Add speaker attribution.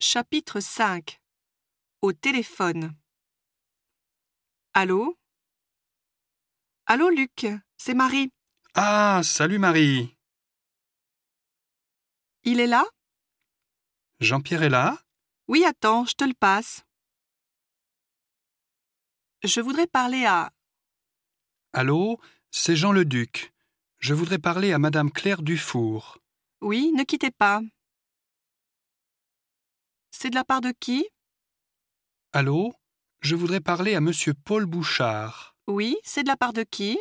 Speaker 1: Chapitre 5 Au téléphone Allô Allô Luc, c'est Marie.
Speaker 2: Ah, salut Marie.
Speaker 1: Il est là
Speaker 2: Jean-Pierre est là
Speaker 1: Oui, attends, je te le passe. Je voudrais parler à...
Speaker 2: Allô, c'est Jean le Duc. Je voudrais parler à madame Claire Dufour.
Speaker 1: Oui, ne quittez pas. C'est de la part de qui
Speaker 2: Allô, je voudrais parler à monsieur Paul Bouchard.
Speaker 1: Oui, c'est de la part de qui